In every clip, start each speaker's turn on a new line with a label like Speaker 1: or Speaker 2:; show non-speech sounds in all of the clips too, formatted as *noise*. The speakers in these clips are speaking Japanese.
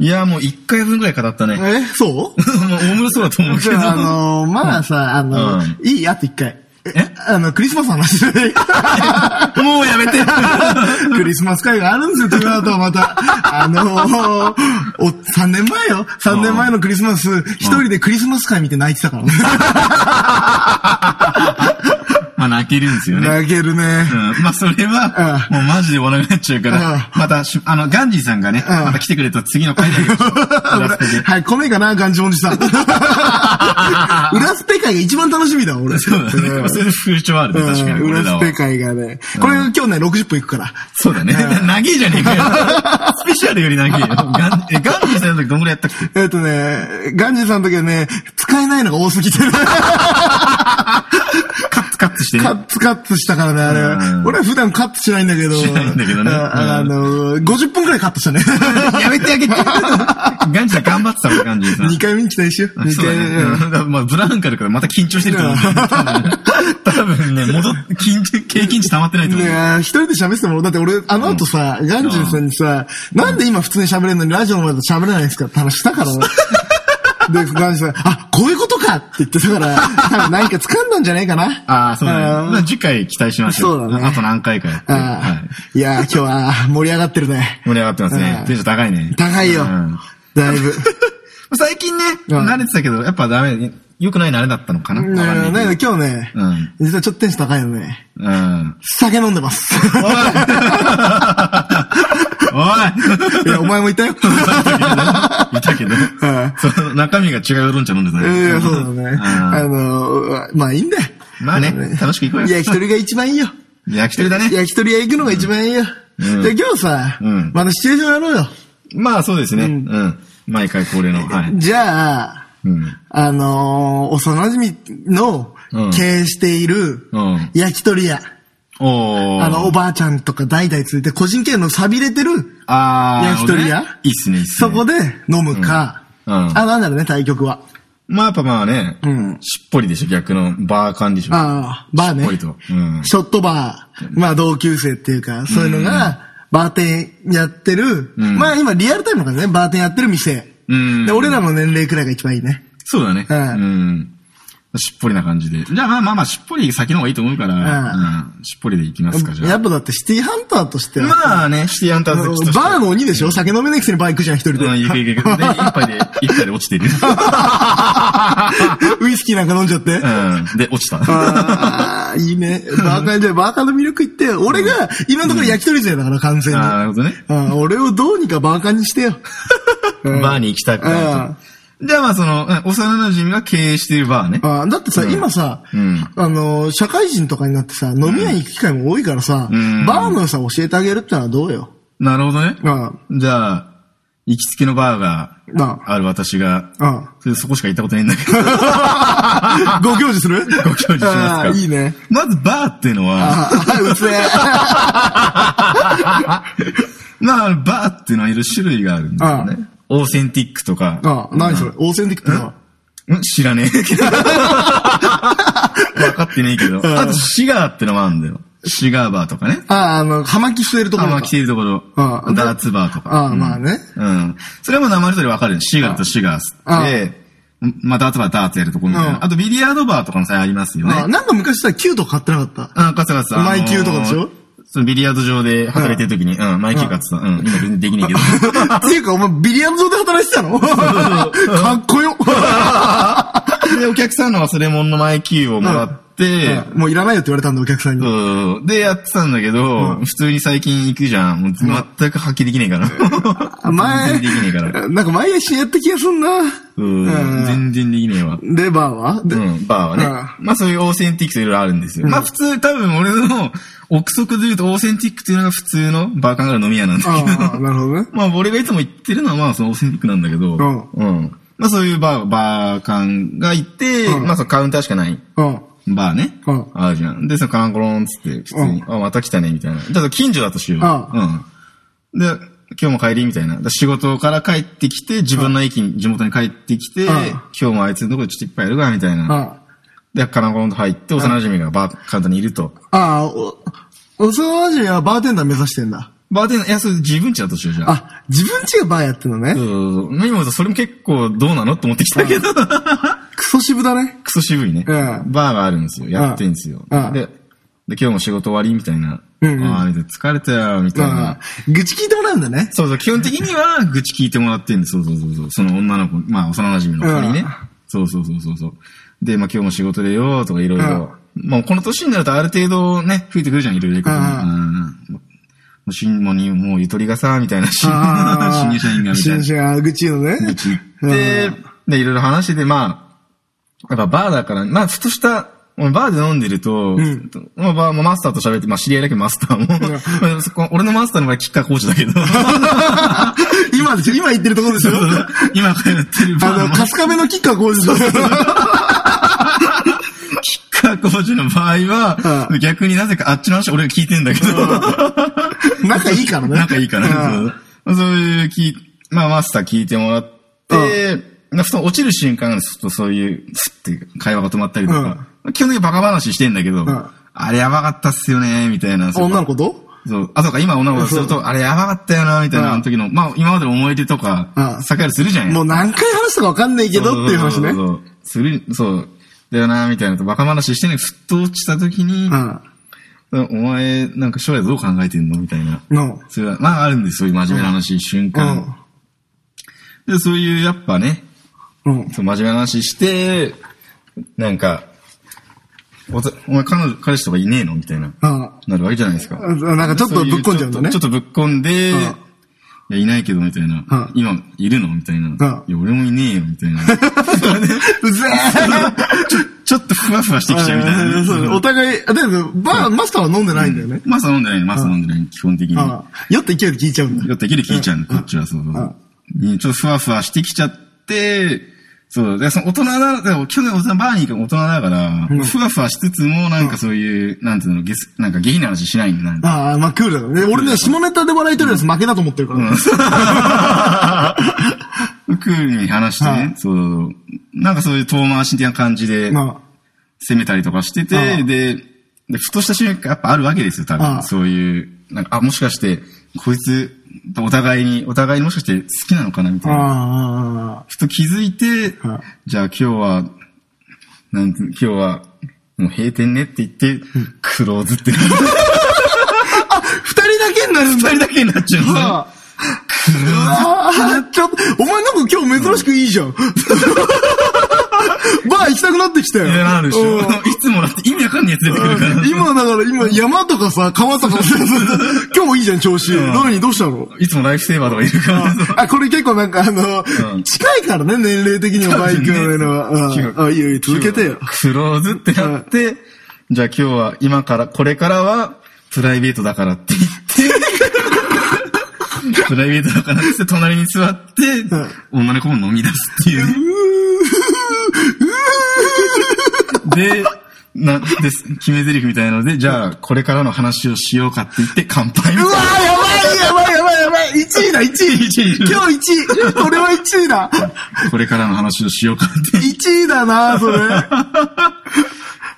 Speaker 1: いや、もう一回分くらい語ったね。
Speaker 2: えそう
Speaker 1: もう、おもろそうだと思うけ
Speaker 2: じ
Speaker 1: ど。 *laughs*
Speaker 2: ゃあ、あのー、まあさ、あのー、いいやって一回。えあの、クリスマスの話じゃない
Speaker 1: *laughs* もうやめ
Speaker 2: *laughs*
Speaker 1: て
Speaker 2: クリスマス会があるんですよ、トゥーアートはまた。あのー、お、3年前よ ?3 年前のクリスマス、一人でクリスマス会見て泣いてたからね。
Speaker 1: まあ、泣けるんですよね。
Speaker 2: 泣ける
Speaker 1: う。
Speaker 2: ね
Speaker 1: んまあ、それは、
Speaker 2: う
Speaker 1: もうマジでお腹になっちゃうか
Speaker 2: うん
Speaker 1: ら、またし、あの、ガンジーさんがね、
Speaker 2: ん
Speaker 1: また来てくれた次の回だけど、裏付けで
Speaker 2: はい、来ねえかな、ガンジおじさん。
Speaker 1: *laughs*
Speaker 2: 裏スペ会が一番楽しみだわ、俺。
Speaker 1: そうだね。まあそういう風潮あるね、確かに。
Speaker 2: うん
Speaker 1: 俺
Speaker 2: 裏
Speaker 1: ら
Speaker 2: ス
Speaker 1: は。
Speaker 2: ペ会がね。これ今日ね、60分いくから。
Speaker 1: そうだね。長えじゃねえかよ。スペシャルより長えよ。ガンえガンジーさんの時どんぐらいやったっけ
Speaker 2: えっとね、ガンジーさんの時はね、使えないのが多すぎて、
Speaker 1: カッツカッツしてね
Speaker 2: カ。ッツカッツしたからね、あれ
Speaker 1: う。ん
Speaker 2: 俺は普段カッツしないんだけど。
Speaker 1: しないんだけどね
Speaker 2: ああ
Speaker 1: うん
Speaker 2: の、50分くらいカットしたね。
Speaker 1: *laughs* やめてあ
Speaker 2: *laughs*
Speaker 1: げて。ガンジーさん頑張ってたもん、ガンジーさん
Speaker 2: 2。回見に期待しよう。2
Speaker 1: そうだ
Speaker 2: 回
Speaker 1: ね
Speaker 2: 目。
Speaker 1: うん。だからまあ、ブランカルからまた緊張してると *laughs* 思う。多分ね、戻っ、緊張、経験値溜まってないと思う。
Speaker 2: ねえ、一人で喋ってたもん。だって俺、あの後さ、ガンジーさんにさ、なんで今普通に喋れるのにラジオの前で喋れないんですかって話し
Speaker 1: *laughs*
Speaker 2: たからね。で、ガンジーさん、あ、こういうことかって言ってたから、多分何か掴んだんじゃないかな。
Speaker 1: ああ、そうだね。
Speaker 2: あー
Speaker 1: まあ次回期待しましょう。
Speaker 2: そうだね
Speaker 1: あと何回かやって。は
Speaker 2: あ
Speaker 1: い
Speaker 2: ーいやー、今日は盛り上がってるね。
Speaker 1: 盛り上がってます
Speaker 2: う
Speaker 1: ね
Speaker 2: ん。
Speaker 1: テンション高いね。
Speaker 2: 高いよ
Speaker 1: うん。
Speaker 2: だいぶ。
Speaker 1: 最近ね、
Speaker 2: うん
Speaker 1: 慣れてたけど、やっぱダメ、良くない慣れだ *laughs* ったのかな。わかんない
Speaker 2: ね
Speaker 1: け
Speaker 2: 今日ね
Speaker 1: うん、
Speaker 2: 実はちょっとテンション高いよね。
Speaker 1: どうん。
Speaker 2: 酒飲んでます。
Speaker 1: おい *laughs* おい
Speaker 2: いや、お前 *laughs* もいたよ。
Speaker 1: いたけど、その中身が違うウーロン茶飲んでた
Speaker 2: えーそうだ
Speaker 1: う
Speaker 2: ね
Speaker 1: ん。
Speaker 2: あのー、まあいいんだよ。
Speaker 1: まあね楽しく行こうよ
Speaker 2: いや、一人が一番いいよ。
Speaker 1: 焼き鳥だ
Speaker 2: いや
Speaker 1: ね。
Speaker 2: 焼き鳥屋行くのが一番いいよ。
Speaker 1: うん
Speaker 2: で、今日さ、
Speaker 1: うん
Speaker 2: またシチュエーションやろうよ。
Speaker 1: まあそうですね。うん。毎回恒例
Speaker 2: *laughs*
Speaker 1: の。はい。
Speaker 2: じゃあ、
Speaker 1: うん。
Speaker 2: あのー、幼馴染の
Speaker 1: うん
Speaker 2: 経営している
Speaker 1: うん
Speaker 2: 焼き鳥屋。
Speaker 1: おー。
Speaker 2: あの、おばあちゃんとか代々続いて、個人経営の錆びれてる
Speaker 1: あー。
Speaker 2: 焼き鳥屋、
Speaker 1: ねいいっすね、いいっすね。
Speaker 2: そこで飲むか、
Speaker 1: うんうん
Speaker 2: あ、なんだろうね、対局は。
Speaker 1: まあやっぱまあね、
Speaker 2: うん
Speaker 1: しっぽりでしょ、逆のバー感でしょ。
Speaker 2: ああ、バー
Speaker 1: しっぽ
Speaker 2: ね
Speaker 1: りと。うん。
Speaker 2: ショットバー、まあ同級生っていうか、そういうのが、バーテンやってる、
Speaker 1: うん
Speaker 2: まあ今リアルタイムだからね、バーテンやってる店。
Speaker 1: うん
Speaker 2: で、俺らの年齢くらいが一番いいね。
Speaker 1: そうだね。
Speaker 2: うん
Speaker 1: うん。しっぽりな感じで。じゃあまあまあまあ、しっぽり先の方がいいと思うから、
Speaker 2: う
Speaker 1: うん。しっぽりでいきますか、じゃ
Speaker 2: や
Speaker 1: あ。
Speaker 2: っぱだってシティハンターとしては、
Speaker 1: まあね、シティアンタ
Speaker 2: あ
Speaker 1: ーズ
Speaker 2: の
Speaker 1: 好きとして
Speaker 2: バ
Speaker 1: は
Speaker 2: *laughs* ーの鬼でしょ酒飲めないくせにバー行くじゃん、一人で。
Speaker 1: うん、いくいくいく。で、一杯で、一杯で落ちてる。
Speaker 2: *laughs* ウイスキーなんか飲んじゃって。
Speaker 1: うん。で、落ち *laughs* た。
Speaker 2: ああ、いいね。バーカーじゃあ、バーカーの魅力言ってよ、俺が、今のところ焼き鳥勢だから、完全に。
Speaker 1: ああ、なるほどね。
Speaker 2: うん俺をどうにかバーカーにしてよ。うん
Speaker 1: バーに行きたくないと。じゃあまあその、うん幼馴染が経営しているバーね。
Speaker 2: あーだってさ、
Speaker 1: うん
Speaker 2: 今さ、
Speaker 1: うん
Speaker 2: あのー、社会人とかになってさ、飲み屋に行く機会も多いからさ、
Speaker 1: うん
Speaker 2: バーの良さ教えてあげるってのはどうよ。
Speaker 1: なるほどね。
Speaker 2: あ
Speaker 1: じゃあ、行きつけのバーが
Speaker 2: あ
Speaker 1: ある私が、
Speaker 2: あ
Speaker 1: それでそこしか行ったことないんだ
Speaker 2: *laughs*
Speaker 1: けど、
Speaker 2: あ。ご教授する
Speaker 1: ご教授します
Speaker 2: あ
Speaker 1: か。
Speaker 2: ーいいね。。
Speaker 1: まずバーっていうのは、
Speaker 2: ああ、
Speaker 1: *laughs*
Speaker 2: うつえ。
Speaker 1: まあ、バーっていうのはいろいろ種類があるんだよね。オーセンティックとか、
Speaker 2: ああ、何それ、オーセンティックってのは。
Speaker 1: うん知らねえけど。分かってねえけど。あと、シガーってのもあるんだよ。シガーバーとかね。
Speaker 2: ああ、あの、葉巻吸えるとこ
Speaker 1: あ、
Speaker 2: ろ
Speaker 1: まあ、
Speaker 2: か
Speaker 1: 着ているところ。
Speaker 2: うん
Speaker 1: ダーツバーとか。
Speaker 2: ああ、まあね。
Speaker 1: うん。それはもう名前通りわかるよ。シガーとシガ
Speaker 2: あ
Speaker 1: ーで、まあ、ダーツバーダーツやるとこみたい
Speaker 2: うん
Speaker 1: な。あと、ビリヤードバーとかもさ、ありますよ
Speaker 2: ああ
Speaker 1: ね。
Speaker 2: なんか昔さ、キューとか買って
Speaker 1: *laughs*
Speaker 2: なかった。
Speaker 1: あ、カツカツ。あのー
Speaker 2: マイキューとかでしょ
Speaker 1: そのビリヤード場で働いてる時に、うん、マイキュー買ってた。うん、今全然できねえけど。
Speaker 2: っていうか、お前、ビリヤード場で働いてたのかっこよ。
Speaker 1: *laughs* で、お客さんの忘れ物のマイキューをもらって、
Speaker 2: もういらないよって言われたんだ、お客さんに。
Speaker 1: そうで、やってたんだけど、普通に最近行くじゃん。もう全く発揮できねえから。
Speaker 2: 前
Speaker 1: *laughs* 全然できねえから。、
Speaker 2: なんか前一緒にやった気がすんな。
Speaker 1: うん、全然できねえわ。
Speaker 2: で、バーはで、
Speaker 1: うん、バーはね。
Speaker 2: う
Speaker 1: まあそういうオーセンティックといろいろあるんですよ。まあ普通、多分俺の憶測で言うとオーセンティックっていうのが普通のバーカンガル飲み屋なんだけど。
Speaker 2: ああ、なるほどね。
Speaker 1: まあ俺がいつも行ってるのはまあそのオーセンティックなんだけど。
Speaker 2: うん
Speaker 1: うん。まあそういうバー、バーカンがいて、
Speaker 2: うん
Speaker 1: まあそのカウンターしかない。
Speaker 2: うん。
Speaker 1: バーね。
Speaker 2: うん
Speaker 1: あるじゃん。で、そのカランコロンっつって、普通に、あ、また来たね、みたいな。ちょっと近所だとしよう。
Speaker 2: う
Speaker 1: うん。で、今日も帰りみたいな。だから仕事から帰ってきて、自分の駅に、地元に帰ってきて、
Speaker 2: うん
Speaker 1: 今日もあいつのとこでちょっといっぱいやるわ、みたいな。
Speaker 2: あ
Speaker 1: で、カランコロンと入って、幼馴染がバーカウンターにいると。
Speaker 2: あ、ああ、お、幼馴染はバーテンダー目指してんだ。
Speaker 1: バーテンダー、いや、それ自分ちだとしようじゃん。
Speaker 2: あ、自分ちがバーやってんの
Speaker 1: そう
Speaker 2: ね。
Speaker 1: そうそう。今もそれも結構どうなのと思ってきたけど、
Speaker 2: クソ渋だね。
Speaker 1: クソ渋いね。
Speaker 2: うん
Speaker 1: バーがあるんですよ。やってんですよ。
Speaker 2: うん
Speaker 1: で、で今日も仕事終わりみたいな。
Speaker 2: うんうん
Speaker 1: ああ、みたいな疲れたよ、みたいな。
Speaker 2: うん。愚痴聞いてもらうんだね。
Speaker 1: そうそう、基本的には愚痴聞いてもらってんで、そうそうそうそう、その女の子、まあ幼馴染の子にね
Speaker 2: うん。
Speaker 1: そうそうそうそうそう。で、まあ今日も仕事でよ、とかいろいうろ。もうこの年になるとある程度ね、増えてくるじゃん、いろいろ。うん
Speaker 2: うん
Speaker 1: もう新もに、もうゆとりがさ、みたいな、 *laughs* 新
Speaker 2: あー
Speaker 1: 入社員がみたい
Speaker 2: *laughs* 新
Speaker 1: な
Speaker 2: 入。社員が愚痴言うのね。
Speaker 1: 愚痴言って、で、いろいろ話してて、まあ、やっぱバーだから、まあ、ふとした、俺バーで飲んでると、
Speaker 2: ん
Speaker 1: まあ、バーもマスターと喋って、まあ、知り合いだけどマスターも、 *laughs* まあそこ俺のマスターの場合、キッカーコーチだけど、
Speaker 2: 今でしょ今言ってるところでしょ
Speaker 1: *laughs* 今通ってるバー
Speaker 2: あの、
Speaker 1: のマ
Speaker 2: カ
Speaker 1: ス
Speaker 2: スカベのキッカー工事さん。
Speaker 1: ターコーチの場合は、
Speaker 2: うん
Speaker 1: 逆になぜかあっちの話俺が聞いてんだ
Speaker 2: *laughs*
Speaker 1: けど、
Speaker 2: 仲いいからね。
Speaker 1: 仲いいから、
Speaker 2: うん
Speaker 1: そうそういう聞い、まあ、マスター聞いてもらって、なんかふと落ちる瞬間がちょっとそういう、ふって会話が止まったりとか、基本的にバカ話してんだけど、
Speaker 2: ん
Speaker 1: あれやばかったっすよね、みたいな。そう
Speaker 2: 女の子と
Speaker 1: そう。あ、そうか、今女の子とすると、あれやばかったよな、みたいな、
Speaker 2: うん
Speaker 1: あの時の、まあ、今までの思い出とか、
Speaker 2: うん
Speaker 1: 盛りするじゃん。
Speaker 2: もう何回話したか分かんないけどっていう
Speaker 1: そ
Speaker 2: 話ね。
Speaker 1: うそうそうする、そう。だよな、みたいなと、バカ話してね、ふっと落ちた時に
Speaker 2: う、ん。
Speaker 1: お前、なんか将来どう考えてんのみたいな。
Speaker 2: の、
Speaker 1: それは、まああるんですよ、そういう真面目な話、瞬
Speaker 2: う
Speaker 1: 間
Speaker 2: ん。。
Speaker 1: で、そういう、やっぱね、
Speaker 2: うん。
Speaker 1: そう真面目な話して、なんか、おつお前彼女、彼氏とかいねえのみたいな、
Speaker 2: うん。
Speaker 1: なるわけじゃないですか。
Speaker 2: なんかちょっとぶっ込んじゃうんだね
Speaker 1: そいちょっとちょっとぶっ込んで、いや、いないけど、みたいな。
Speaker 2: うん
Speaker 1: 今、いるのみたいな。いや、俺もいねえよ、みたい
Speaker 2: *laughs*
Speaker 1: な。
Speaker 2: うぜえ
Speaker 1: ちょ、ちょっとふわふわしてきちゃうみたいなね。
Speaker 2: そうねお互い、あだけど、バー、マスターは飲んでないんだよね。
Speaker 1: マサ飲んでない、マサ飲んでない、基本的に。
Speaker 2: ああ酔った勢いで聞いちゃうんだ。
Speaker 1: よってきり聞いちゃうの、こっちは、そうそうそう。にちょっとふわふわしてきちゃって、そう、で、その大人だ、でも去年大人、バーに行く大人だから、ふわふわしつつも、なんかそういう、なんていうの、ゲス、なんか下品な話しないんだ、なんか。
Speaker 2: ああ、まあクールだろうね。俺ね、下ネタで笑い取るやつ負けだと思ってるから。
Speaker 1: クールに話して
Speaker 2: は
Speaker 1: ね、そう。なんかそういう遠回し的な感じで、
Speaker 2: ま
Speaker 1: 攻めたりとかして
Speaker 2: あ
Speaker 1: て、
Speaker 2: あ
Speaker 1: で、でふとした瞬間やっぱあるわけですよ、多
Speaker 2: ああ
Speaker 1: 分。そういう、なんか、あ、もしかして、こいつ、お互いに、お互いにもしかして好きなのかな、みた
Speaker 2: あ、
Speaker 1: いな。
Speaker 2: ああ、
Speaker 1: ふと気づいて
Speaker 2: はい、
Speaker 1: じゃあ今日は、なんて、今日は、もう閉店ねって言って、クローズってなる。
Speaker 2: 二人だけになるん
Speaker 1: *laughs*
Speaker 2: だ。
Speaker 1: 二人だけになっちゃうのね
Speaker 2: ああちょっと、お前なんか今日珍しくいいじゃ
Speaker 1: *laughs*
Speaker 2: ん。バー行きたくなってきたよ。
Speaker 1: いやなるでしょ。
Speaker 2: う
Speaker 1: い
Speaker 2: ん
Speaker 1: つもだって意味わかんないやつ出てくるから。
Speaker 2: 今だから今山とかさ、川とかさ、今日もいいじゃん調子。
Speaker 1: ん
Speaker 2: なのにどうしたの
Speaker 1: いつもライフセーバーとかいるから。
Speaker 2: あ、これ結構なんかあの
Speaker 1: う、ん
Speaker 2: 近いからね、年齢的にもバイクののは。うんあ、いいよいいよ、続けてよ。
Speaker 1: クローズってなって、じゃあ今日は、今から、これからは、プライベートだからって言って、プライベートだからって言って隣に座って、女の子も飲み出すっていうね。で、な、です、決め台詞みたいなので、じゃあ、これからの話をしようかって言って、乾杯み
Speaker 2: うわ
Speaker 1: た
Speaker 2: ーやばいやばいやばいやばい !1 位だ、1
Speaker 1: 1
Speaker 2: 位
Speaker 1: 位
Speaker 2: 今日1位これは1位だ
Speaker 1: いな。これからの話をしようかって、
Speaker 2: !1 位だなそれ。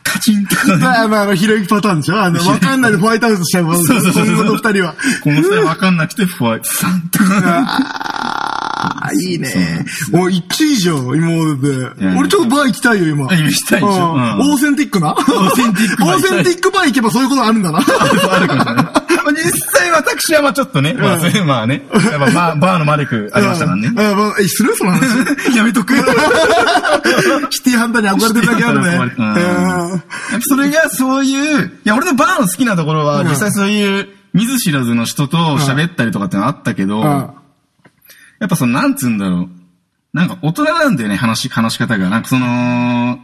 Speaker 1: カチンとかね。
Speaker 2: あの、あの、ひろゆきパターンでしょあの、わかんないでホワイトハウスしちゃう。今後
Speaker 1: そうそうそう
Speaker 2: の2人は。
Speaker 1: この際わかんなくて、ふわい、さんとか。
Speaker 2: ああ、いい
Speaker 1: そうなん
Speaker 2: ね。おい、1位じゃん、今まで
Speaker 1: いや
Speaker 2: で。俺ちょっとバー行きたいよ、今。
Speaker 1: 今行きたいでしょ
Speaker 2: うん
Speaker 1: うん
Speaker 2: オーセンティックなオ
Speaker 1: ーセンティック
Speaker 2: オ
Speaker 1: バー行
Speaker 2: ー
Speaker 1: きたい
Speaker 2: センティックバー行けばそういうことあるんだな。
Speaker 1: あるかもしれない。まあ実際私はまあちょっとね、まあそれまあね、やっぱバー
Speaker 2: *laughs*
Speaker 1: バーのマルクありましたからね
Speaker 2: うん。あまあえ、するその話。
Speaker 1: やめとく。
Speaker 2: シティハンターに憧れてるだけあるね
Speaker 1: シティハンターに憧れてるうん。 *laughs* それがそういう、いや、俺のバーの好きなところは、
Speaker 2: うん
Speaker 1: 実際そういう、見ず知らずの人と喋ったりとかってのあったけど、
Speaker 2: うんうん
Speaker 1: やっぱその、なんつうんだろう。なんか大人なんだよね、話、話し方が。なんかその、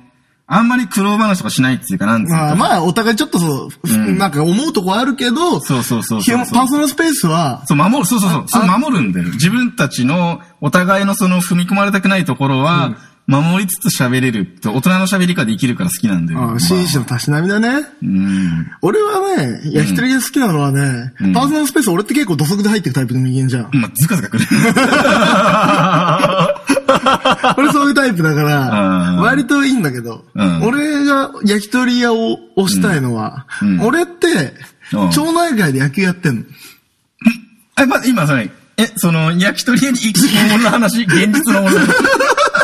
Speaker 1: あんまり苦労話とかしないっていうか、なんつう
Speaker 2: まあ、
Speaker 1: か。
Speaker 2: まあ、お互いちょっとそう、
Speaker 1: ん
Speaker 2: なんか思うとこあるけど、
Speaker 1: そうそうそう
Speaker 2: 基
Speaker 1: そう
Speaker 2: 本パーソナルスペースは、
Speaker 1: そう、守る、そうそうそう、そう守るんだよ。自分たちの、お互いのその踏み込まれたくないところは、守りつつ喋れると、大人の喋り方できるから好きなんだよ。
Speaker 2: うん紳士のたしなみだね。
Speaker 1: うん。
Speaker 2: 俺はね、いや、一人で好きなのはね、
Speaker 1: ん
Speaker 2: パーソナルスペース俺って結構土足で入ってるタイプの人間
Speaker 1: *laughs*
Speaker 2: じゃん。
Speaker 1: まあ、ずかずかくる。
Speaker 2: 俺そういうタイプだか
Speaker 1: う
Speaker 2: ら、
Speaker 1: ん
Speaker 2: 割といいんだけど、
Speaker 1: うん
Speaker 2: 俺が焼き鳥屋を押したいのは、
Speaker 1: うんうん
Speaker 2: 俺って
Speaker 1: うん、
Speaker 2: 町内会で野球やってんの。
Speaker 1: え、ま、今、それ、え、その、焼き鳥屋に行く本物の話、現実のも
Speaker 2: *laughs*
Speaker 1: の。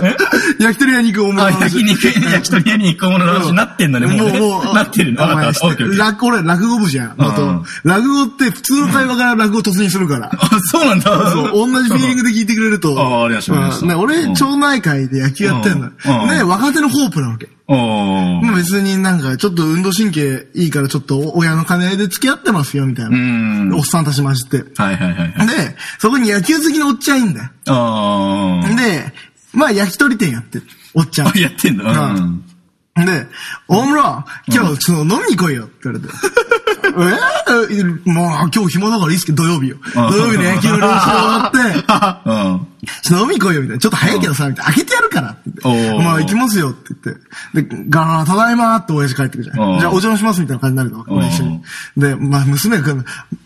Speaker 1: え
Speaker 2: 焼き鳥屋肉大物
Speaker 1: あ、
Speaker 2: の
Speaker 1: 焼き
Speaker 2: 話。
Speaker 1: 肉、焼き鳥屋に行くものの話
Speaker 2: うん
Speaker 1: なってんだね、もうね。
Speaker 2: もう、もう、
Speaker 1: なってるの。
Speaker 2: お前
Speaker 1: わかったわかった。オッケーオッケー
Speaker 2: 落語、俺、落語部じゃん。
Speaker 1: う
Speaker 2: 元
Speaker 1: ん
Speaker 2: 落語って普通の会話から落語突入するから。
Speaker 1: あ、そうなんだ。
Speaker 2: そう、同じフィーリングで聞いてくれると。
Speaker 1: ああありがとうございました
Speaker 2: んね、俺、
Speaker 1: うん
Speaker 2: 町内会で野球やってんの。
Speaker 1: うんうん
Speaker 2: ね、若手のホープなわけ。
Speaker 1: お
Speaker 2: でも
Speaker 1: ー。
Speaker 2: 別になんか、ちょっと運動神経いいから、ちょっと親の金で付き合ってますよ、みたいな。
Speaker 1: うん
Speaker 2: でおっさんたち混じって。で、
Speaker 1: はいはいはいはい。
Speaker 2: そこに野球好きのおっちゃんいんだよ。
Speaker 1: あー。
Speaker 2: で、まあ、焼き鳥店やってる。おっちゃん
Speaker 1: あ、。やってんだ。うん。
Speaker 2: で、大村、今日、その、飲みに来いよって言われて。 *laughs* え *laughs* ー、まあ、今日暇だからいいっすけど、土曜日よ。土曜日の野球の練習終わ
Speaker 1: うん。
Speaker 2: *laughs* って、ちょっと飲み行こうよ、みたいな。ちょっと早いけどさ、みたいな。開けてやるからって言って
Speaker 1: おー
Speaker 2: まあ行きますよって言って。で、ガラただいまーって親父帰ってくるじゃ
Speaker 1: お
Speaker 2: ん。
Speaker 1: ー
Speaker 2: じゃあお邪魔しますみたいな感じになるの。俺一緒に。で、まあ娘が来るの。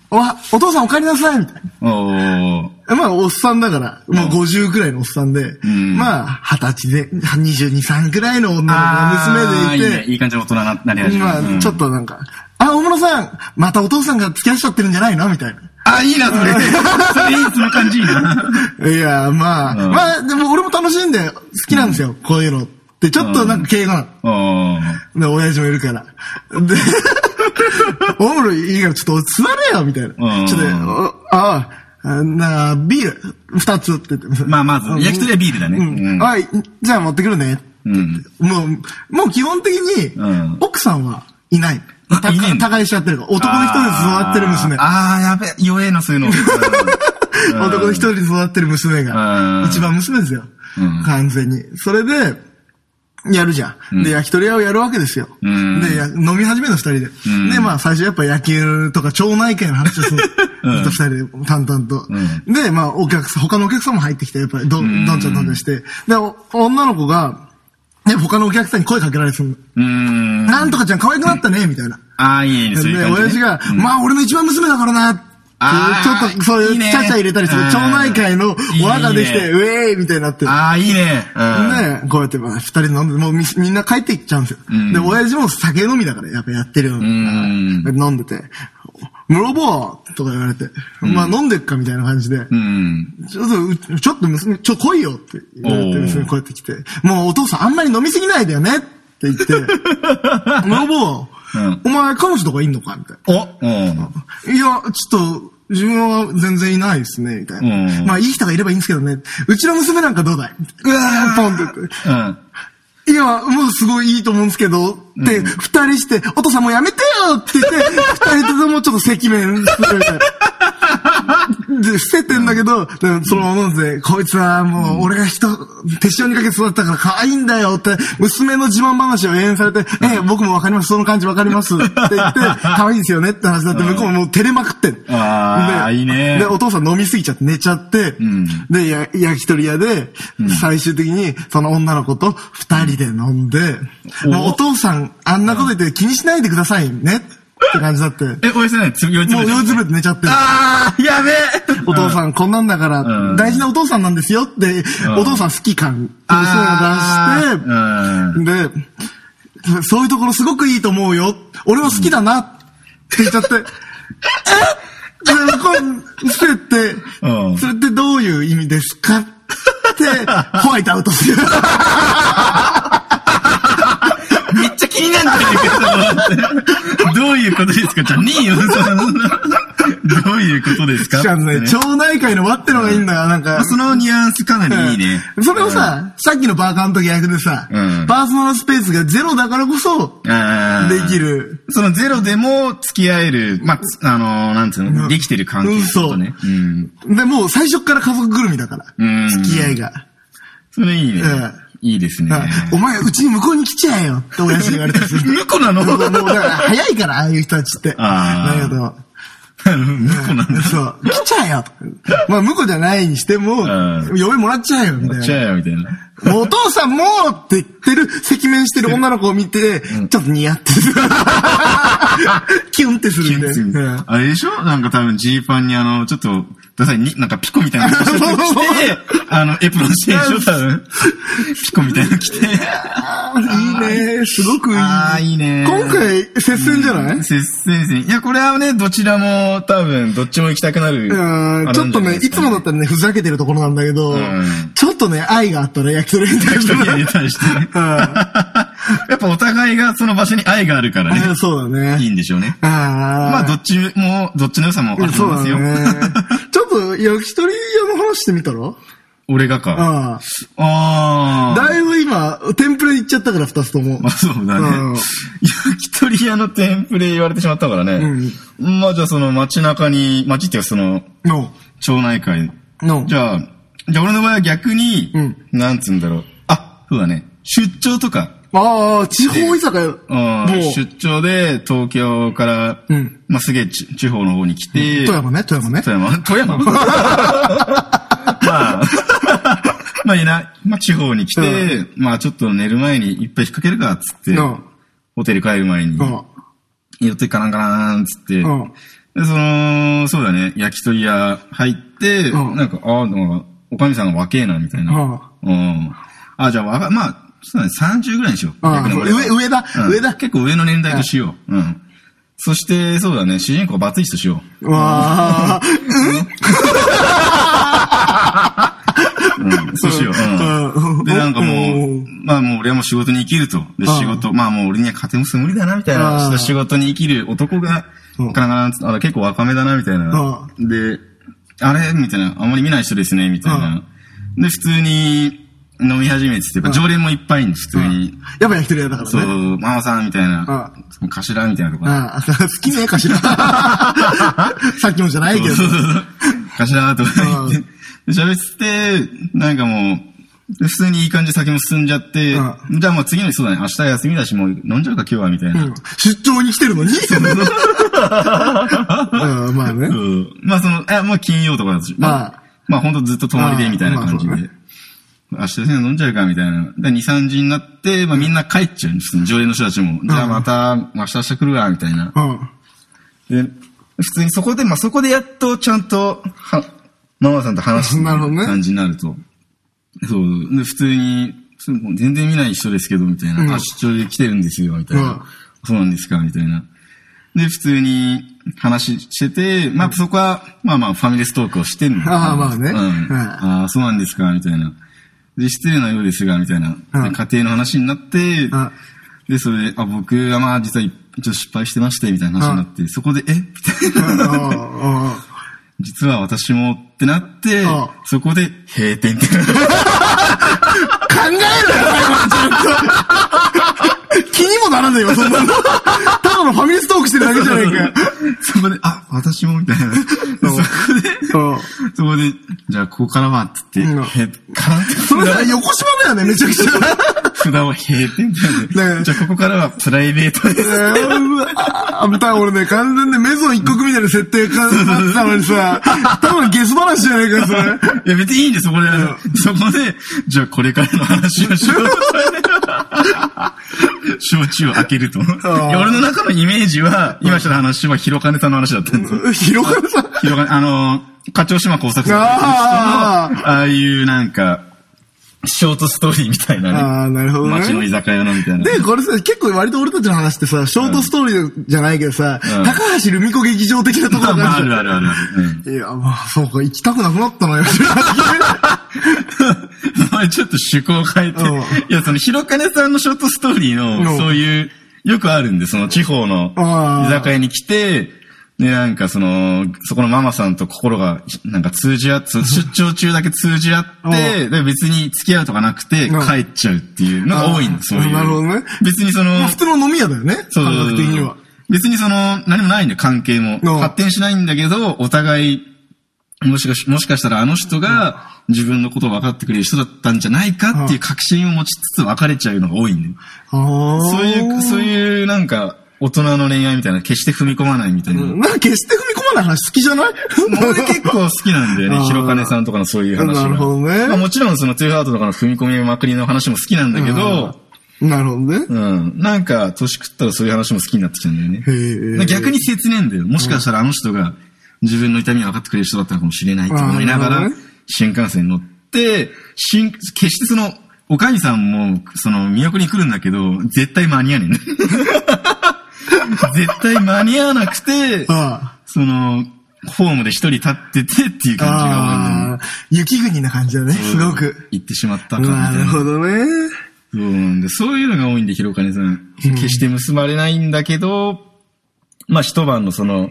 Speaker 2: わ、お父さんお帰りなさいみたいな。
Speaker 1: おー。
Speaker 2: まあ、おっさんだから、もう50くらいのおっさんで、
Speaker 1: ん
Speaker 2: まあ、20歳で、22、3くらいの女の子が娘でいて
Speaker 1: い、ね。いい感じの大人にななり始めた。
Speaker 2: 今、ちょっとなんか、あ、大室さん、またお父さんが付き合っちゃってるんじゃないのみたいな。
Speaker 1: あ、いいな、そ
Speaker 2: *laughs*
Speaker 1: れ。それいい、その感じいいな。
Speaker 2: いや、まあ、
Speaker 1: うん
Speaker 2: まあ、でも俺も楽しんで、好きなんですよ、こういうの。で、ちょっとなんか敬語な
Speaker 1: おー。
Speaker 2: の。で、親父もいるから。で、 *laughs* おもろいいから、ちょっと座れよ、みたいな。
Speaker 1: うん
Speaker 2: ちょっと、おああ、なあ、ビール、二つって言って。
Speaker 1: まあまず
Speaker 2: うん
Speaker 1: 焼き鳥はビールだね
Speaker 2: うん
Speaker 1: うん
Speaker 2: はい、じゃあ持ってくるね。
Speaker 1: うん。
Speaker 2: もう、もう基本的に、
Speaker 1: うん
Speaker 2: 奥さんはいない。
Speaker 1: あ
Speaker 2: た
Speaker 1: いねえんだ
Speaker 2: 他界しちゃってるから。男の一人で座ってる娘。
Speaker 1: あーあー、やべえ、弱えな、そういうの。うん
Speaker 2: 男の一人で育ってる娘
Speaker 1: う
Speaker 2: が
Speaker 1: ん、
Speaker 2: 一番娘ですよ
Speaker 1: うん。
Speaker 2: 完全に。それで、やるじゃん。で、焼き鳥屋をやるわけですよ。
Speaker 1: うん
Speaker 2: で、や飲み始めの二人で。
Speaker 1: ん
Speaker 2: で、まあ、最初やっぱ野球とか町内会の話をする。
Speaker 1: うん
Speaker 2: ずっと *laughs* 二人で淡々と。
Speaker 1: う
Speaker 2: で、まあ、お客さん、他のお客さんも入ってきて、やっぱりど、どんちゃんどんちゃんして。で、お女の子が、ね、他のお客さんに声かけられてるの
Speaker 1: うーん。
Speaker 2: なんとかちゃん可愛くなったね、みたいな。
Speaker 1: ああ、いいね、そうい
Speaker 2: で、
Speaker 1: う感じね。
Speaker 2: 親父が、まあ俺の一番娘だからなって
Speaker 1: あー
Speaker 2: ちょっとそう
Speaker 1: いい
Speaker 2: いう
Speaker 1: ね
Speaker 2: ちゃちゃ入れたりする
Speaker 1: うん。
Speaker 2: 町内会の輪ができ
Speaker 1: いいね
Speaker 2: て、ウェーイみたいになって。
Speaker 1: ああ、いいね。うん。
Speaker 2: ねこうやって、まあ、二人飲んで、もうみみんな帰っていっちゃうんですよ。
Speaker 1: ん
Speaker 2: で、親父も酒飲みだから、やっぱやってるよ。
Speaker 1: ん
Speaker 2: 飲んでて、室坊とか言われて、まあ飲んでっかみたいな感じで、
Speaker 1: うん。
Speaker 2: ちょっとう、ちょっと娘、ちょ、来いよって言われて、
Speaker 1: おー
Speaker 2: 娘こうやって来て、もうお父さんあんまり飲みすぎないでよねって
Speaker 1: *laughs*
Speaker 2: 言って、ロボ、
Speaker 1: うん
Speaker 2: お前彼女とかいんのかみたい
Speaker 1: おうん。
Speaker 2: な。いや、ちょっと、自分は全然いないですね、みたいな。
Speaker 1: うん
Speaker 2: まあ、いい人がいればいいんですけどね。うちの娘なんかどうだいうわー、ポンって言っ
Speaker 1: うん。
Speaker 2: て。いや、もうすごいいいと思うんですけど、って、二人して、お父さんもうやめてよって言って、
Speaker 1: *laughs*
Speaker 2: 二人ともちょっと赤面するみたいな。で、捨ててんだけど、でもそのまま飲んで、こいつはもう、俺が人、手塩にかけて育ったから可愛いんだよって、娘の自慢話を延々されて、ええ、僕もわかります、その感じわかりますって言
Speaker 1: *laughs*
Speaker 2: って、可愛いですよねって話になって、向こうももう照れまくってん
Speaker 1: あー
Speaker 2: で
Speaker 1: いいね
Speaker 2: で、お父さん飲みすぎちゃって寝ちゃって、
Speaker 1: ん
Speaker 2: で、や焼き鳥屋で、最終的にその女の子と二人で飲んで、
Speaker 1: お
Speaker 2: もうお父さん、あんなこと言って気にしないでくださいねって感じだって、も
Speaker 1: え、おやじない、つぶ、酔いつぶ
Speaker 2: う
Speaker 1: れちゃ
Speaker 2: 酔
Speaker 1: った
Speaker 2: いつぶれて寝ちゃってる。
Speaker 1: ああ、やべえ。
Speaker 2: お父さんこんなんだから、
Speaker 1: うん
Speaker 2: 大事なお父さんなんですよっ
Speaker 1: ん
Speaker 2: て、お父さん好き感、
Speaker 1: あ
Speaker 2: そうい
Speaker 1: ー
Speaker 2: うのを出して、で、そういうところすごくいいと思うよ。俺は好きだなって言っちゃって、え *laughs* で、こう、捨てて、
Speaker 1: うん
Speaker 2: それってどういう意味ですかって、ホワイトアウトする。
Speaker 1: うん。めっちゃ気になるんじゃないかと思って、どういうことですかじゃねえよ、そのどういうことですか
Speaker 2: しかもね、町内会の輪ってのがいいんだよ、なんか。
Speaker 1: そのニュアンスかなりいいね。
Speaker 2: それをさ、さっきのバーカーの時役でさ、
Speaker 1: うん
Speaker 2: パーソナルスペースがゼロだからこそ、
Speaker 1: あ
Speaker 2: で
Speaker 1: ー
Speaker 2: き。る。
Speaker 1: そのゼロでも付き合える、まあ、つあのー、なんつう
Speaker 2: うん
Speaker 1: の、できてる関係ってことね。うん。
Speaker 2: で、もう最初っから家族ぐるみだから。
Speaker 1: うん
Speaker 2: 付き合いが。
Speaker 1: それいいね
Speaker 2: うん。
Speaker 1: いいですね。 *laughs*
Speaker 2: お前、うちに向こうに来ちゃえよって親父に言われたりする。
Speaker 1: 向こう
Speaker 2: *laughs*
Speaker 1: なの
Speaker 2: もうだ
Speaker 1: *laughs*
Speaker 2: から早いから、ああいう人たちって。
Speaker 1: あー
Speaker 2: だけど。
Speaker 1: 向こうなの
Speaker 2: そう。来ちゃえよとまあ、向こうじゃないにしても、
Speaker 1: ん
Speaker 2: 嫁もらっちゃえよ、みた
Speaker 1: や
Speaker 2: い
Speaker 1: っ
Speaker 2: な
Speaker 1: ち。ゃえよ、みたいな。
Speaker 2: もうお父さんもうって言ってる、赤面してる女の子を見て、ちょっとニヤ *laughs* ってする。キュンってするみたいな。
Speaker 1: あれでしょなんか多分ジーパンにあの、ちょっと、ダサい、に、なんかピコみたいなの着
Speaker 2: *laughs*
Speaker 1: て、あの、エプロンしてるでしょ、多分。ピコみたいなの着て。
Speaker 2: いいね。すごくいい。
Speaker 1: ああ、
Speaker 2: 今
Speaker 1: いいね。
Speaker 2: 回、接戦じゃない、
Speaker 1: 接戦戦。いや、これはね、どちらも多分、どっちも行きたくなる。
Speaker 2: うんちょっとね、いつもだったらね、ふざけてるところなんだけど、
Speaker 1: ん
Speaker 2: ちょっとね、愛があったね、焼き鳥に対して
Speaker 1: 人に入れ
Speaker 2: ね。
Speaker 1: たりして
Speaker 2: *laughs*
Speaker 1: ね。やっぱお互いがその場所に愛があるからね
Speaker 2: う、んそうだ
Speaker 1: い
Speaker 2: ね。
Speaker 1: いんでしょうね。
Speaker 2: あ
Speaker 1: まあ、ど
Speaker 2: っ
Speaker 1: っちも、どっちの良さもあるんです
Speaker 2: そうだ
Speaker 1: よ。
Speaker 2: ね。 *laughs* ちょっと、焼き鳥屋の話してみたら
Speaker 1: 俺がか。
Speaker 2: ああ。
Speaker 1: ああ。
Speaker 2: だいぶ今、テンプレいっちゃったから、二つと
Speaker 1: *laughs*
Speaker 2: も
Speaker 1: まあ、。そうだ
Speaker 2: うん
Speaker 1: ね。焼き鳥屋のテンプレ言われてしまったからね。まあ、じゃあその街中に、街っていうかその、
Speaker 2: の、
Speaker 1: 町内会。
Speaker 2: の、
Speaker 1: じゃあ、じゃあ俺の場合は逆に、
Speaker 2: うん
Speaker 1: なんつうんだろう。あ、そうだね。出張とか。
Speaker 2: ああ、地方居酒屋。
Speaker 1: うん
Speaker 2: もう、
Speaker 1: 出張で東京から、
Speaker 2: うん
Speaker 1: まあ、すげえち地方の方に来て、
Speaker 2: 富山ね、富山ね。
Speaker 1: 富山富山 *laughs* まあ、 *laughs* まあいいな、まあ地方に来て、まあちょっと寝る前にいっぱい引っ掛けるか、っつって、
Speaker 2: の、
Speaker 1: ホテル帰る前に、
Speaker 2: の、
Speaker 1: 寄ってかなんかなーっつって、
Speaker 2: うん
Speaker 1: で、その、そうだね、焼き鳥屋入って、
Speaker 2: うん
Speaker 1: なんか、ああ、なんか、おかみさんが若えな、みたいな。うん。あじゃあ、わが、まあ、そうだね、30ぐらいにしよう。
Speaker 2: あ
Speaker 1: 逆に俺は
Speaker 2: 上、上だ、
Speaker 1: うん
Speaker 2: 上だ。
Speaker 1: 結構上の年代としよう。うん。そして、そうだね、主人公バツイチとしよ
Speaker 2: わあ、
Speaker 1: う。うん、そうしよう。
Speaker 2: う
Speaker 1: うんん。で、なんかも
Speaker 2: う
Speaker 1: う、まあもう俺はもう仕事に生きると。で、
Speaker 2: あ
Speaker 1: 仕事、まあもう俺には家庭もす無理だな、みたい
Speaker 2: あ
Speaker 1: な。
Speaker 2: あ
Speaker 1: した仕事に生きる男が
Speaker 2: うん、
Speaker 1: ガラガランつってあ結構若めだな、みたい
Speaker 2: あ
Speaker 1: な。で、あれみたいな。あんまり見ない人ですね、みたいな。で、普通に飲み始めてて、やっぱ常連もいっぱいいんです、普通に。
Speaker 2: やっぱ焼き鳥屋だか
Speaker 1: そ
Speaker 2: らね。
Speaker 1: う、ママさん、みたいな
Speaker 2: あ。
Speaker 1: 頭みたいなとこ。
Speaker 2: ああ、好きねえかしら。 *laughs* さっきもじ
Speaker 1: *laughs*
Speaker 2: ゃないけど。
Speaker 1: そうそうそう。かしらーとか言って。で喋ってて、なんかもう、普通にいい感じで先も進んじゃって、じゃあもう次の日そうだね、明日休みだし、もう飲んじゃうか今日は、みたいな。
Speaker 2: うん出張に来てるのに。うん *laughs* まあね。
Speaker 1: うんまあその、え、もう金曜とかだし、
Speaker 2: まあ
Speaker 1: まあほんとずっと泊まり
Speaker 2: あ
Speaker 1: で、
Speaker 2: あ
Speaker 1: みたいな感じで。
Speaker 2: まあそう
Speaker 1: 明日休み飲んじゃうか、みたいな。で、2、3時になって、まあみんな帰っちゃうんです、常連の人たちも。じゃあまた、明日明日来るわ、みたいな。
Speaker 2: うん。
Speaker 1: で、普通にそこで、まあ、そこでやっとちゃんと、は、ママさんと話す
Speaker 2: *laughs* なるほどね
Speaker 1: 感じになると。そう。で、普通に、そもう全然見ない人ですけど、みたいな。
Speaker 2: うん
Speaker 1: あ、出張で来てるんですよ、みたいな。
Speaker 2: うん
Speaker 1: そうなんですか、みたいな。で、普通に話してて、まあ、そこは、まあまあ、ファミレストークをしてんの。
Speaker 2: ああまあね
Speaker 1: うん。
Speaker 2: うん
Speaker 1: ああ、そうなんですか、みたいな。で、失礼なようですが、みたいな。
Speaker 2: うん
Speaker 1: で家庭の話になって、
Speaker 2: うん
Speaker 1: で、それで、あ、僕はまあ、実は一応失敗してまして、みたいな話になって、そこで、え *laughs* みたいな。
Speaker 2: うんうん
Speaker 1: 実は私もってなって
Speaker 2: あ、
Speaker 1: そこで閉店ってなる。
Speaker 2: 考えろよ、最後ちょっと。気にもならないよ、そんなの。ただのファミレストークしてるだけじゃないか。
Speaker 1: *laughs* そこで、あ、私もみたいな。
Speaker 2: *laughs*
Speaker 1: そこで、
Speaker 2: そう。
Speaker 1: そこで、じゃあここからは、っつって、
Speaker 2: うん
Speaker 1: へ、からって *laughs*
Speaker 2: それなら横島だよね、めちゃくちゃ。
Speaker 1: 札を閉店ってな
Speaker 2: ね
Speaker 1: る。じゃあここからはプライベートです。
Speaker 2: あ、た俺ね、完全でメゾン一国みたいな設定かなってたのにさ、多分ゲス話じゃないか、それ。
Speaker 1: いや、別にいいんですよ、これ。そこで、じゃあこれからの話を
Speaker 2: *laughs*
Speaker 1: しよう。焼酎を開けると。い
Speaker 2: あ
Speaker 1: や俺の中のイメージは、今した話は広金さんの話だったんですよ。
Speaker 2: 広がるさ。
Speaker 1: 広金、あのー、課長島工作の、
Speaker 2: あー
Speaker 1: ああいうなんか、ショートストーリーみたいなね。
Speaker 2: ああ、なるほど
Speaker 1: 街の
Speaker 2: ね。
Speaker 1: 居酒屋のみたいな。
Speaker 2: で、これさ、結構割と俺たちの話ってさ、ショートストーリーじゃないけどさ、
Speaker 1: うん
Speaker 2: 高橋留美子劇場的なとこ
Speaker 1: まあ
Speaker 2: ろ
Speaker 1: まあ、
Speaker 2: が
Speaker 1: あるあるある。うん
Speaker 2: いや、まあ、そうか、行きたくなくなったのよ。 *laughs*
Speaker 1: お前ちょっと趣向を変えて
Speaker 2: うん。
Speaker 1: いや、その、広金さんのショートストーリー
Speaker 2: うん
Speaker 1: の、そういう、よくあるんで、その地方の
Speaker 2: あー
Speaker 1: 居酒屋に来て、で、なんかその、そこのママさんと心が、なんか通じ合
Speaker 2: *laughs*
Speaker 1: って、出張中だけ通じ合って、で、別に付き合うとかなくて、
Speaker 2: うん
Speaker 1: 帰っちゃうっていうのが多いんです、
Speaker 2: あ
Speaker 1: そう
Speaker 2: ー
Speaker 1: いう。
Speaker 2: なるほどね
Speaker 1: 別にその、
Speaker 2: *laughs* 普通の飲み屋だよね。
Speaker 1: そう
Speaker 2: 感覚的には。
Speaker 1: 別にその、何もないんだよ、関係も。
Speaker 2: うん
Speaker 1: 発展しないんだけど、お互い、もしかし、もしかしたらあの人が自分のことを分かってくれる人だったんじゃないかっていう確信を持ちつつ別れちゃうのが多いんだよ。
Speaker 2: ああ。
Speaker 1: そういう、そういうなんか、大人の恋愛みたいな、決して踏み込まないみたいな。
Speaker 2: うん。なんか決して踏み込まない話好きじ
Speaker 1: *laughs*
Speaker 2: ゃない
Speaker 1: 俺結構好きなんだよ
Speaker 2: あ
Speaker 1: ね
Speaker 2: ー、
Speaker 1: 広金さんとかのそういう話が。
Speaker 2: なるほどね
Speaker 1: まあもちろんそのトゥーハートとかの踏み込みまくりの話も好きなんだけど、
Speaker 2: *laughs* なるほどね。
Speaker 1: うん。なんか、年食ったらそういう話も好きになってきたんだよね。
Speaker 2: へえ。
Speaker 1: 逆に切ねえんだよ。もしかしたらあの人が自分の痛みが分かってくれる人だったのかもしれないと思いなが
Speaker 2: あーな
Speaker 1: ら
Speaker 2: るほどね、
Speaker 1: 新幹線に乗って、新、決してその、おかみさんも、その、都に来るんだけど、絶対間に合わねえんだ。
Speaker 2: *laughs*
Speaker 1: 絶対間に合わなくて、
Speaker 2: あ
Speaker 1: その、ホームで一人立っててっていう感じ
Speaker 2: あ。
Speaker 1: が
Speaker 2: ああ。雪国な感じだね、
Speaker 1: 多い
Speaker 2: すごく。
Speaker 1: 行ってしまった感じ
Speaker 2: なるほどね。
Speaker 1: そうなんで、そういうのが多いんで、広金さん。決して結ばれないんだけど、まあ一晩のその、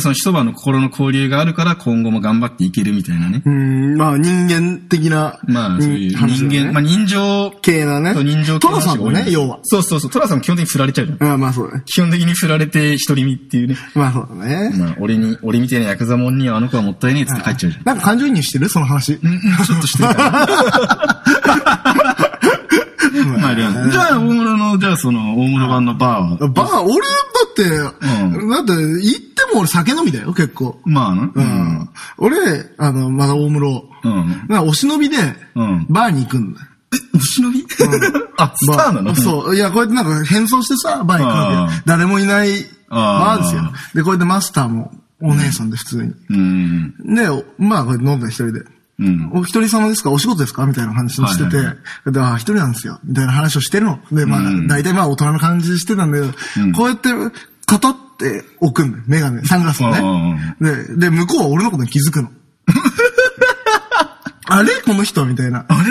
Speaker 1: その一晩の心の交流があるから今後も頑張っていけるみたいなね。
Speaker 2: うん、まあ人間的な。
Speaker 1: まあそういう人間、まあ
Speaker 2: あ、
Speaker 1: 人情、
Speaker 2: 系なね。
Speaker 1: そう人情系の
Speaker 2: トラさんも
Speaker 1: 話が多
Speaker 2: ね、
Speaker 1: い
Speaker 2: 要は。
Speaker 1: そうそうそう、トラさんも基本的に振られちゃうじゃん。
Speaker 2: ああ、まあそうだね。
Speaker 1: 基本的に振られて独り身っていうね。
Speaker 2: まあそうだね。
Speaker 1: まあ俺に、俺みたいなヤクザもんにはあの子はもったいねえっつって帰っちゃうじゃん。
Speaker 2: なんか感情移入してるその話。
Speaker 1: うん、うん、ちょっとしてるか
Speaker 2: *laughs*
Speaker 1: ら。まあでもじゃあ大村の、じゃあその大村版のバーは、
Speaker 2: バー、俺だって、
Speaker 1: う
Speaker 2: だって、行っても俺酒飲みだよ、結構。
Speaker 1: まあな。
Speaker 2: うん。俺、あの、まだ大室。
Speaker 1: うん。
Speaker 2: なんかお忍びで、
Speaker 1: うん
Speaker 2: バーに行くんだよ。
Speaker 1: お忍び *laughs* あ、スターなの
Speaker 2: バそう。いや、こうやってなんか変装してさ、バーに行くわけ
Speaker 1: あ
Speaker 2: よ
Speaker 1: あ。
Speaker 2: 誰もいない
Speaker 1: ああ
Speaker 2: バーですよ。で、こうやってマスターもお姉さんで普通に。
Speaker 1: う。うん。
Speaker 2: で、おまあ、こうやって飲んだ一人で。
Speaker 1: うん。
Speaker 2: お一人様ですかお仕事ですかみたいな話をしてて、
Speaker 1: はいはい
Speaker 2: で、ああ、一人なんですよ。みたいな話をしてるの。で、まあ、
Speaker 1: うん
Speaker 2: 大体まあ、大人の感じしてたんだけど、こうやって、語っておくんだよ。メガネ、サングラスをね。で、で、向こうは俺のことに気づ *laughs* くの。あれこの人みたいな。あ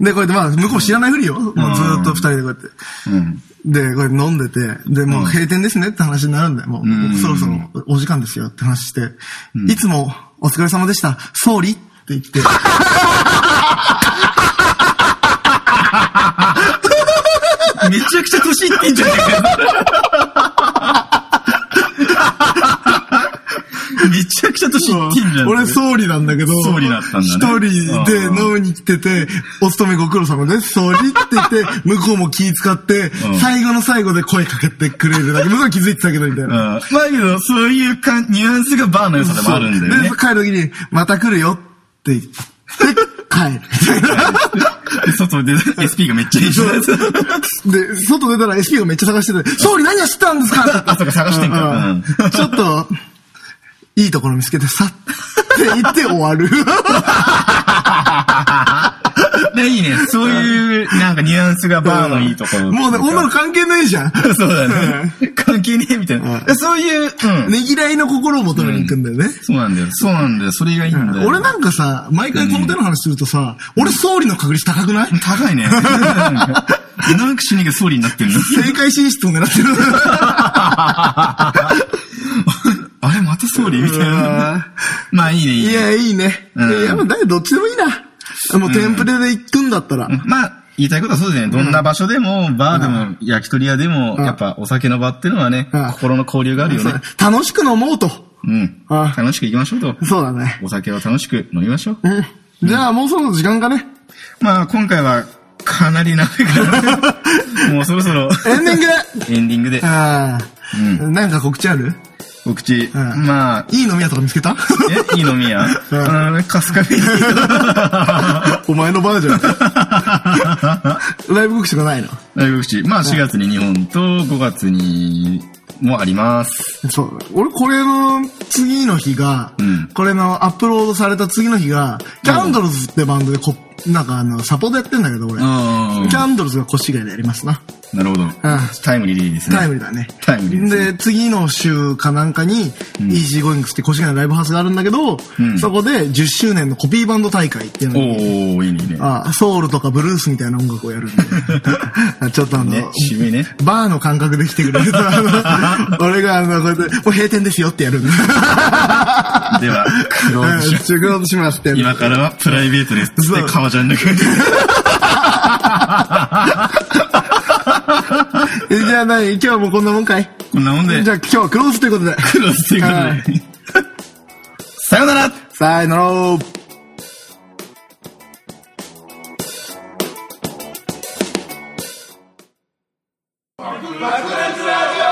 Speaker 2: れで、こうやってまあ、向こう知らないふりよ。もうずーっと二人でこうやって。
Speaker 1: うん。
Speaker 2: で、これ飲んでて、で、もう閉店ですねって話になるんだよ。もう、
Speaker 1: ん
Speaker 2: そろそろお時間ですよって話して、いつもお疲れ様でした、総理って言って。
Speaker 1: めちゃくちゃ年いってんじゃねえかよ。めちゃくちゃ年いってんじゃん。
Speaker 2: 俺総理なんだけど、
Speaker 1: 総理だったんだね
Speaker 2: 一人で飲みに来てて、お勤めご苦労様です、総理って言って、向こうも気使って
Speaker 1: ん、
Speaker 2: 最後の最後で声かけてくれるだけ、向こうは気づいてたけどみたい
Speaker 1: うん。
Speaker 2: な。
Speaker 1: まあけど、そういうかニュアンスがバーの良さでもあるんだよね
Speaker 2: で、。帰る時に、また来るよって言って、帰る。
Speaker 1: *laughs* で *laughs* 外で SP がめっちゃいい人です。
Speaker 2: で、外出たら SP がめっちゃ探してて、総理何を知ったんですか
Speaker 1: あそうか探してんか
Speaker 2: う
Speaker 1: うん
Speaker 2: んちょっと、いいところ見つけてさ、って言って終わる。
Speaker 1: で、いいね。そういう、なんかニュアンスがバーのいいところ。
Speaker 2: もうね、女の関係ないじゃん。
Speaker 1: そうだね。関係ねえみたいな。
Speaker 2: うん
Speaker 1: そういう、うん。
Speaker 2: ねぎらいの心を求めに行くんだよね。
Speaker 1: そうなんだよ。そうなんだよ。それがいいんだよ。
Speaker 2: 俺なんかさ、毎回この手の話するとさ、俺総理の確率高くない
Speaker 1: 高い
Speaker 2: *laughs*
Speaker 1: ね。なんか死にが総理になってるの。
Speaker 2: 正解進出を狙
Speaker 1: *laughs*
Speaker 2: ってる。
Speaker 1: あれ、また総理みたいうな。まあいいね、いい
Speaker 2: い
Speaker 1: ね。
Speaker 2: や、いいね。い
Speaker 1: うん
Speaker 2: や、まあ、だけどどっちでもいいな。もうテンプレで行くんだったら。
Speaker 1: まあ、言いたいことはそうだよね。どんな場所でも、バーでも、焼き鳥屋でも、
Speaker 2: ん
Speaker 1: やっぱお酒の場っていうのはね、
Speaker 2: うん
Speaker 1: 心の交流があるよね。
Speaker 2: 楽しく飲もうと。
Speaker 1: うん。
Speaker 2: うん
Speaker 1: 楽しく行きましょうと。
Speaker 2: そうだね。
Speaker 1: お酒を楽しく飲みましょう。
Speaker 2: うん。じゃあ、もうそろそろ時間かね。
Speaker 1: まあ、今回は、かなり長い
Speaker 2: *laughs*
Speaker 1: から、もうそろそろ、
Speaker 2: エンディングで
Speaker 1: エンディングで、
Speaker 2: ああ、なんか告知ある
Speaker 1: お口、
Speaker 2: ん
Speaker 1: まあ、
Speaker 2: いい飲み屋とか見つ
Speaker 1: *laughs*
Speaker 2: けた
Speaker 1: え、いい飲み屋
Speaker 2: ん
Speaker 1: うん、カスカフェ
Speaker 2: お前のバージョ
Speaker 1: *laughs*
Speaker 2: ン。ライブ告知がないの。
Speaker 1: ライブ口。まあ4月に日本と5月にもあります。
Speaker 2: そう。俺これの次の日が、
Speaker 1: うん
Speaker 2: これのアップロードされた次の日が、キャンドルズってバンドでこ、なんかあの、サポートやってんだけど俺。
Speaker 1: ん
Speaker 2: キャンドルズが越谷でやりますな。
Speaker 1: なるほど。タイムリーでいいですね。
Speaker 2: タイムリーだね。
Speaker 1: タイムリーですね
Speaker 2: で、次の週かなんかに、イージーゴイングスって越谷のライブハウスがあるんだけど、
Speaker 1: うん
Speaker 2: そこで10周年のコピーバンド大会っていうのを
Speaker 1: おー、いいね、いいね。
Speaker 2: あソウルとかブルースみたいな音楽を
Speaker 1: *laughs*
Speaker 2: やるんで。あちょっとあの、
Speaker 1: ね、渋い
Speaker 2: *laughs*
Speaker 1: ね。
Speaker 2: バーの感覚で来てくれると、あ
Speaker 1: *laughs*
Speaker 2: の、俺があの、こうやって、もう閉店ですよってやるんで。
Speaker 1: では、クローズします。
Speaker 2: 中黒しますってやる。
Speaker 1: 今からはプライベートです。つっ
Speaker 2: そ
Speaker 1: て、
Speaker 2: う
Speaker 1: かまちゃんの国。
Speaker 2: えじゃあ何今日はもうこんなもんかい
Speaker 1: こんなもんで
Speaker 2: じ、ゃあ今日はクローズということで。
Speaker 1: クローズということで。 *laughs* さよなら
Speaker 2: さよなら。
Speaker 3: 爆裂ラジオ